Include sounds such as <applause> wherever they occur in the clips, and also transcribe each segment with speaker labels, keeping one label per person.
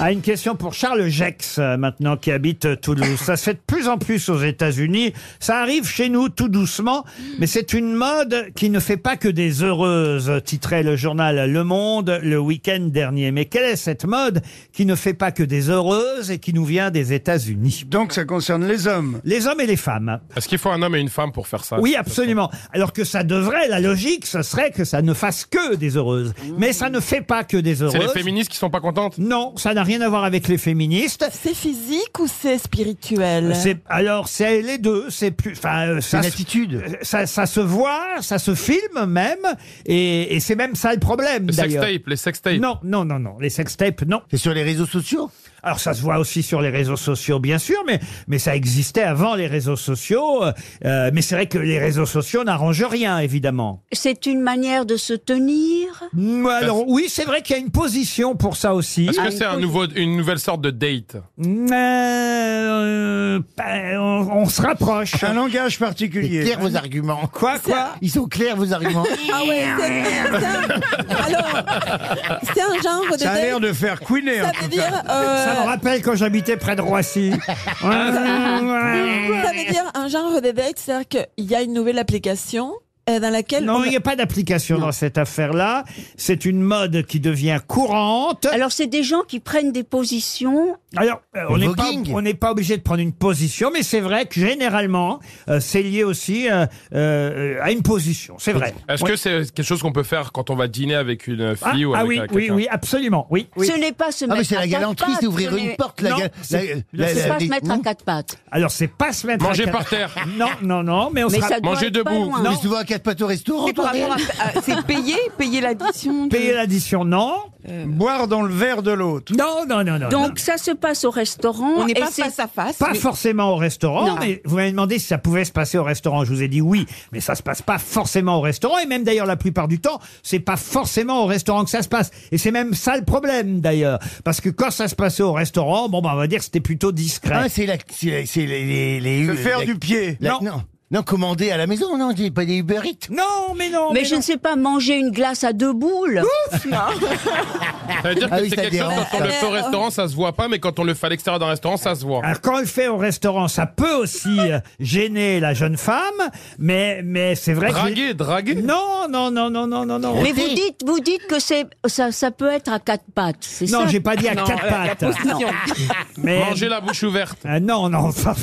Speaker 1: Ah, une question pour Charles Jex, euh, maintenant, qui habite euh, Toulouse. Ça se fait de plus en plus aux États-Unis. Ça arrive chez nous tout doucement, mais c'est une mode qui ne fait pas que des heureuses, titrait le journal Le Monde le week-end dernier. Mais quelle est cette mode qui ne fait pas que des heureuses et qui nous vient des États-Unis
Speaker 2: Donc ça concerne les hommes.
Speaker 1: Les hommes et les femmes.
Speaker 3: Est-ce qu'il faut un homme et une femme pour faire Ah, ça
Speaker 1: Oui, absolument. Alors que ça devrait, la logique, ce serait que ça ne fasse que des heureuses. Mais ça ne fait pas que des
Speaker 3: C'est les
Speaker 1: heureuses.
Speaker 3: féministes qui sont pas contentes
Speaker 1: Non, ça n'a rien à voir avec les féministes.
Speaker 4: C'est physique ou c'est spirituel
Speaker 1: Euh, C'est- alors c'est les deux, c'est plus enfin euh, ça, se-
Speaker 2: attitude.
Speaker 1: ça ça se voit, ça se filme même et, et c'est même ça le problème
Speaker 3: Les
Speaker 1: d'ailleurs.
Speaker 3: sextapes, les sextapes.
Speaker 1: Non, non, non, non. Les sextapes, non.
Speaker 2: C'est sur les réseaux sociaux
Speaker 1: Alors, ça se voit aussi sur les réseaux sociaux, bien sûr, mais, mais ça existait avant les réseaux sociaux. euh, euh, mais c'est vrai que les réseaux sociaux n'arrangent rien, évidemment.
Speaker 5: C'est une manière de se tenir.
Speaker 1: Mm, Alors, oui, c'est vrai qu'il y a une position pour ça aussi.
Speaker 3: Est-ce
Speaker 5: Ah,
Speaker 3: que
Speaker 5: il
Speaker 3: c'est un
Speaker 5: faut-
Speaker 3: nouveau, une nouvelle sorte de date
Speaker 1: Mm, euh, bah, on, on se rapproche.
Speaker 3: Ah
Speaker 2: Un langage
Speaker 6: C'est
Speaker 2: particulier.
Speaker 6: clair vos arguments.
Speaker 1: Quoi, quoi
Speaker 6: <laughs> Ils sont clairs vos arguments.
Speaker 4: Ah ouais,
Speaker 7: <laughs>
Speaker 4: c'est c'est un- Alors, c'est un genre de
Speaker 2: Ça a
Speaker 4: date,
Speaker 2: l'air de faire couiner hein. en
Speaker 4: ça
Speaker 2: tout
Speaker 4: veut
Speaker 2: cas.
Speaker 4: dire euh,
Speaker 1: <laughs> Ça me rappelle quand j'habitais près de Roissy.
Speaker 4: ça veut dire un genre de date, c'est-à-dire qu'il y a une nouvelle application euh, dans laquelle
Speaker 1: Non,
Speaker 4: on-
Speaker 1: il n'y a pas d'application dans cette affaire-là. C'est une mode qui devient courante.
Speaker 5: Alors c'est des gens qui prennent des positions.
Speaker 1: Alors, euh, on
Speaker 6: Le
Speaker 1: n'est pas,
Speaker 6: voguing.
Speaker 1: on n'est pas obligé de prendre une position, mais c'est vrai que généralement, euh, c'est lié aussi euh, euh, à une position. C'est vrai.
Speaker 3: Est-ce
Speaker 1: Ouais.
Speaker 3: que c'est quelque chose qu'on peut faire quand on va dîner avec une
Speaker 1: ah,
Speaker 3: fille ou
Speaker 1: ah
Speaker 3: avec
Speaker 1: oui,
Speaker 3: un- quelqu'un
Speaker 1: oui, oui, absolument, oui. oui.
Speaker 5: Ce n'est pas se
Speaker 6: Ah
Speaker 5: mettre
Speaker 6: mais c'est
Speaker 5: à
Speaker 6: la
Speaker 5: quatre
Speaker 6: galanterie,
Speaker 5: pattes,
Speaker 6: c'est ouvrir
Speaker 5: ce
Speaker 6: une
Speaker 5: n'est-
Speaker 6: porte. La,
Speaker 1: Non,
Speaker 6: ga-
Speaker 1: c'est-
Speaker 6: la- la-
Speaker 5: C'est
Speaker 6: la- Hmm.
Speaker 5: pas se
Speaker 6: les-
Speaker 5: mettre à
Speaker 6: non.
Speaker 5: quatre pattes.
Speaker 1: Alors, c'est pas se mettre. à
Speaker 3: Manger
Speaker 1: quatre-
Speaker 3: par terre.
Speaker 1: Non, non, non, mais on
Speaker 5: Mais
Speaker 1: sera
Speaker 5: ça doit
Speaker 3: Manger
Speaker 5: être
Speaker 3: debout.
Speaker 5: Pas loin.
Speaker 1: Non.
Speaker 6: Mais souvent à quatre pattes au resto. toi, Ariel
Speaker 4: c'est payer, payer l'addition.
Speaker 1: payer l'addition. Non,
Speaker 2: Boire dans le verre de l'autre.
Speaker 1: non, non, non, non. non.
Speaker 5: Donc ça se passe au restaurant.
Speaker 7: On n'est
Speaker 5: et
Speaker 7: pas
Speaker 5: c'est-
Speaker 7: face à face.
Speaker 1: Pas
Speaker 7: mais-
Speaker 1: forcément au restaurant,
Speaker 5: Non.
Speaker 1: mais vous m'avez demandé si ça pouvait se passer au restaurant. Je vous ai dit oui, mais ça se passe pas forcément au restaurant. Et même d'ailleurs, la plupart du temps, c'est pas forcément au restaurant que ça se passe. Et c'est même ça le problème d'ailleurs. Parce que quand ça se passait au restaurant, bon, bah, on va dire que c'était plutôt discret.
Speaker 6: Ah, c'est la, c'est la- c'est les, les, les-
Speaker 2: Se faire
Speaker 6: la-
Speaker 2: du pied.
Speaker 6: la-
Speaker 1: Non.
Speaker 6: non. non, commander à la maison, non, j'ai pas des Uber Eats.
Speaker 1: non, mais non.
Speaker 5: Mais je ne sais pas manger une glace à deux boules.
Speaker 3: Ça veut dire que
Speaker 6: Ah oui,
Speaker 3: c'est
Speaker 6: ça
Speaker 3: quelque chose
Speaker 6: dérange.
Speaker 3: quand on le fait au restaurant, ça se voit pas, mais quand on le fait à l'extérieur d'un restaurant, ça se voit.
Speaker 1: Alors, quand on le fait au restaurant, ça peut aussi euh, gêner la jeune femme, mais, mais c'est vrai
Speaker 3: Draguer,
Speaker 1: que.
Speaker 3: draguer.
Speaker 1: Non, non, non, non, non, non, non.
Speaker 5: Mais vous dites, vous dites que c'est ça, ça peut être à quatre pattes. C'est
Speaker 1: Non,
Speaker 5: ça.
Speaker 1: j'ai pas dit à
Speaker 7: Non,
Speaker 1: quatre
Speaker 7: euh, la
Speaker 1: pattes.
Speaker 7: position.
Speaker 1: Mais...
Speaker 3: Manger la bouche ouverte.
Speaker 1: Ah non, non, ça-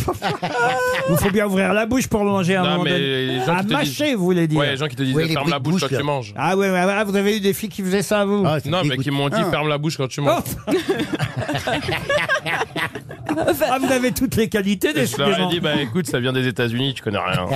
Speaker 1: il faut bien ouvrir la bouche pour manger à un
Speaker 3: Non,
Speaker 1: moment
Speaker 3: mais les
Speaker 1: donné.
Speaker 3: gens
Speaker 1: Ah,
Speaker 3: qui te
Speaker 1: mâcher,
Speaker 3: disent-
Speaker 1: vous voulez dire.
Speaker 3: Ouais, les gens qui te disent
Speaker 6: Ouais, les
Speaker 3: ferme la
Speaker 6: bruits de
Speaker 3: bouche
Speaker 6: bouche,
Speaker 3: quand tu
Speaker 6: là.
Speaker 3: manges.
Speaker 1: Ah ouais, ouais, ouais, vous avez eu des filles qui faisaient ça, vous
Speaker 6: Ah, ça
Speaker 3: Non, mais
Speaker 6: dégoûte.
Speaker 3: qui m'ont dit ferme la bouche quand tu
Speaker 1: Oh,
Speaker 3: manges.
Speaker 1: <laughs> Ah, vous avez toutes les qualités, des
Speaker 3: Je leur ai dit, bah écoute, ça vient des États-Unis, tu connais rien.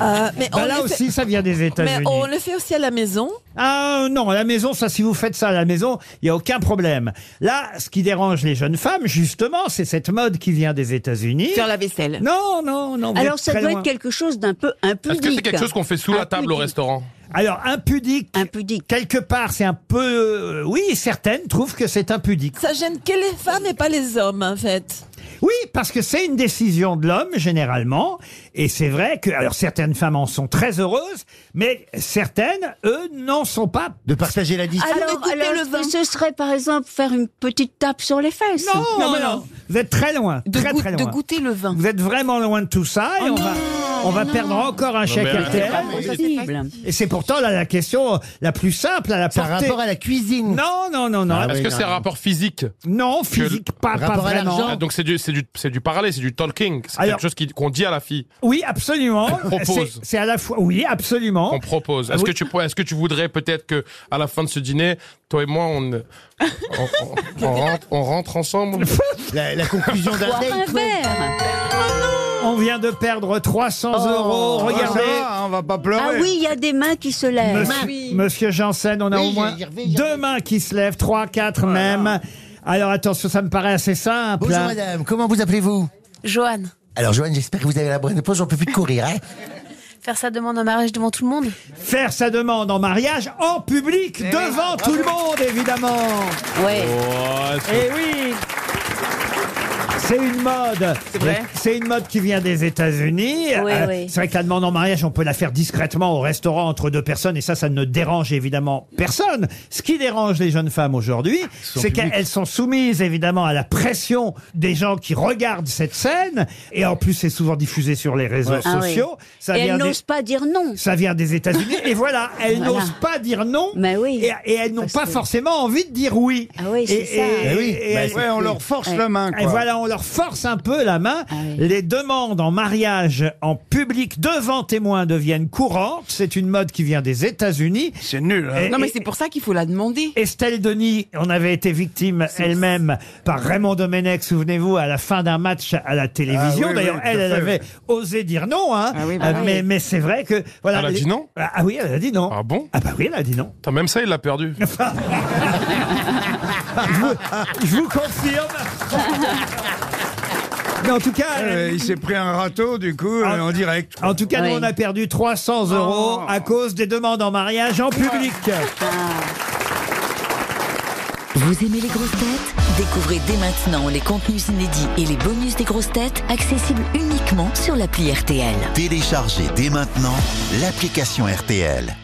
Speaker 4: Euh, mais on
Speaker 1: Bah là
Speaker 4: le fait-
Speaker 1: aussi, ça vient des
Speaker 4: mais
Speaker 1: États-Unis.
Speaker 4: on le fait aussi à la maison.
Speaker 1: Ah non, à la maison, ça, si vous faites ça à la maison, il y a aucun problème. Là, ce qui dérange les jeunes femmes, justement, c'est cette mode qui vient des États-Unis.
Speaker 7: Faire la vaisselle.
Speaker 1: Non, non, non. vous
Speaker 5: Alors
Speaker 1: êtes
Speaker 5: ça
Speaker 1: très
Speaker 5: doit
Speaker 1: loin.
Speaker 5: être quelque chose d'un peu
Speaker 3: Est-ce
Speaker 5: impudique.
Speaker 3: que c'est quelque chose qu'on fait sous la
Speaker 5: Un
Speaker 3: table au
Speaker 5: pudique.
Speaker 3: restaurant
Speaker 1: Alors impudique.
Speaker 5: Impudique.
Speaker 1: Quelque part, c'est un peu. euh, Oui, certaines trouvent que c'est impudique.
Speaker 4: Ça gêne que les femmes et pas les hommes, en fait.
Speaker 1: Oui, parce que c'est une décision de l'homme, généralement. Et c'est vrai que, alors certaines femmes en sont très heureuses, mais certaines, eux, n'en sont pas.
Speaker 6: De partager la distance.
Speaker 5: Alors,
Speaker 7: Alors, écoutez
Speaker 5: alors,
Speaker 7: le
Speaker 5: ce-
Speaker 7: vin.
Speaker 5: ce serait par exemple faire une petite tape sur les fesses.
Speaker 1: Non,
Speaker 7: Non,
Speaker 1: mais
Speaker 7: non.
Speaker 1: non. Vous êtes très loin.
Speaker 7: De,
Speaker 1: très,
Speaker 7: goût- Oh
Speaker 1: très
Speaker 7: de
Speaker 1: loin.
Speaker 7: goûter le vin.
Speaker 1: Vous êtes vraiment loin de tout ça et on va, on va perdre encore un chèque
Speaker 3: mais arrêtez
Speaker 1: RTL.
Speaker 3: pas,
Speaker 5: C'est
Speaker 3: mais-
Speaker 5: possible.
Speaker 1: Et c'est pourtant là, la question la plus simple à la
Speaker 6: Ça a
Speaker 1: portée.
Speaker 6: rapport à la cuisine.
Speaker 1: Non, non, non, non.
Speaker 6: Ah
Speaker 3: Est-ce
Speaker 6: oui,
Speaker 3: que
Speaker 6: non,
Speaker 3: c'est un
Speaker 6: non.
Speaker 3: rapport physique
Speaker 1: Non, physique, pas, pas
Speaker 6: rapport à
Speaker 1: vraiment.
Speaker 6: l'argent.
Speaker 3: Ah, Donc c'est du, c'est du, c'est du parler, c'est du talking. C'est
Speaker 1: Alors-
Speaker 3: quelque chose qui- qu'on dit à la fille,
Speaker 1: Oui, absolument.
Speaker 3: propose.
Speaker 1: C'est- C'est à la fois. Oui,
Speaker 6: Oh.
Speaker 1: absolument.
Speaker 3: qu'on
Speaker 6: Ah
Speaker 3: propose. Est-ce
Speaker 1: oui.
Speaker 3: que tu pourrais- est-ce que tu voudrais peut-être que à la fin de ce dîner, toi et moi, on on, on-
Speaker 6: <laughs>
Speaker 3: on rentre, on rentre ensemble
Speaker 6: La, la conclusion d'un
Speaker 5: Un
Speaker 6: date. ouais.
Speaker 5: verre.
Speaker 1: <laughs> On vient de perdre 300 euros.
Speaker 2: Ah, ça
Speaker 1: Regardez.
Speaker 2: va, hein, on va pas pleurer.
Speaker 5: Ah oui, il y a des mains qui se lèvent.
Speaker 1: Monsieur, Monsieur Janssen, on a
Speaker 6: Oui,
Speaker 1: au moins
Speaker 6: j'y arrivais, j'y
Speaker 1: deux
Speaker 6: arrivais.
Speaker 1: mains qui se lèvent, trois, quatre même. Alors attention, ça me paraît assez simple.
Speaker 6: Bonjour
Speaker 1: hein.
Speaker 6: madame, comment vous appelez-vous
Speaker 8: Joanne,
Speaker 6: Alors Joanne, j'espère que vous avez la bonne réponse, j'en peux plus de courir. Hein
Speaker 8: faire sa demande en mariage devant tout le monde
Speaker 1: Faire sa demande en mariage en public, devant tout le monde, évidemment.
Speaker 5: Ouais.
Speaker 3: Oh,
Speaker 1: Eh oui Eh C'est une mode.
Speaker 7: vrai
Speaker 1: C'est une mode qui vient des États-Unis. Euh,
Speaker 5: Oui, oui.
Speaker 1: C'est vrai que la demande en mariage, on peut la faire discrètement au restaurant entre deux personnes et ça, ça ne dérange évidemment personne. Ce qui dérange les jeunes femmes aujourd'hui, c'est qu'elles elles sont soumises évidemment à la pression des gens qui regardent cette scène et en plus, c'est souvent diffusé sur les réseaux
Speaker 5: Ah oui.
Speaker 1: sociaux. Ça
Speaker 5: Et
Speaker 1: vient
Speaker 5: elle
Speaker 1: des-
Speaker 5: n'ose pas dire non.
Speaker 1: ça vient des États-Unis. Et voilà, elles
Speaker 5: Voilà.
Speaker 1: n'osent pas dire non.
Speaker 5: Mais oui.
Speaker 1: Et, et elles n'ont
Speaker 5: Parce
Speaker 1: pas
Speaker 5: que-
Speaker 1: forcément envie de dire oui.
Speaker 5: Ah oui, c'est
Speaker 1: Et-
Speaker 5: ça.
Speaker 1: et-
Speaker 5: Eh
Speaker 1: et-
Speaker 6: oui,
Speaker 1: et
Speaker 6: bah,
Speaker 1: elles-
Speaker 2: Ouais, on leur force
Speaker 5: Ouais.
Speaker 2: la main,
Speaker 1: et
Speaker 2: quoi.
Speaker 1: voilà, on leur force un peu la main.
Speaker 5: Ah oui.
Speaker 1: Les demandes en mariage en public devant témoins deviennent courantes. C'est une mode qui vient des États-Unis.
Speaker 2: C'est nul. hein.
Speaker 1: Et-
Speaker 7: Non, mais
Speaker 1: Euh, et-
Speaker 7: c'est pour ça qu'il faut la demander.
Speaker 1: Estelle Denis, on avait été victime elle-même par Raymond Domenech, souvenez-vous, à la fin d'un match à la télévision.
Speaker 2: Ah oui,
Speaker 1: D'ailleurs,
Speaker 2: oui, tout
Speaker 1: elle,
Speaker 2: à
Speaker 1: elle
Speaker 2: fait,
Speaker 1: avait osé dire non, hein.
Speaker 7: Ah oui, bah
Speaker 1: Euh,
Speaker 7: oui.
Speaker 1: mais, mais c'est vrai que, voilà.
Speaker 3: Elle a
Speaker 1: les-
Speaker 3: dit non
Speaker 1: Ah oui, elle a dit non.
Speaker 3: Ah bon
Speaker 1: Ah bah oui, elle a
Speaker 2: <laughs>
Speaker 1: dit non.
Speaker 3: T'as même ça, il l'a perdu.
Speaker 1: Je vous confirme. <laughs> Mais en tout cas,
Speaker 2: Euh, il s'est pris un râteau, du coup,
Speaker 1: Ah.
Speaker 2: euh, en direct.
Speaker 1: en tout cas, nous
Speaker 5: Oui.
Speaker 1: on a perdu 300 euros
Speaker 2: Ah.
Speaker 1: à cause des demandes en mariage en public.
Speaker 9: Vous aimez les grosses têtes Découvrez dès maintenant les contenus inédits et les bonus des grosses têtes accessibles uniquement sur l'appli RTL.
Speaker 10: Téléchargez dès maintenant l'application RTL.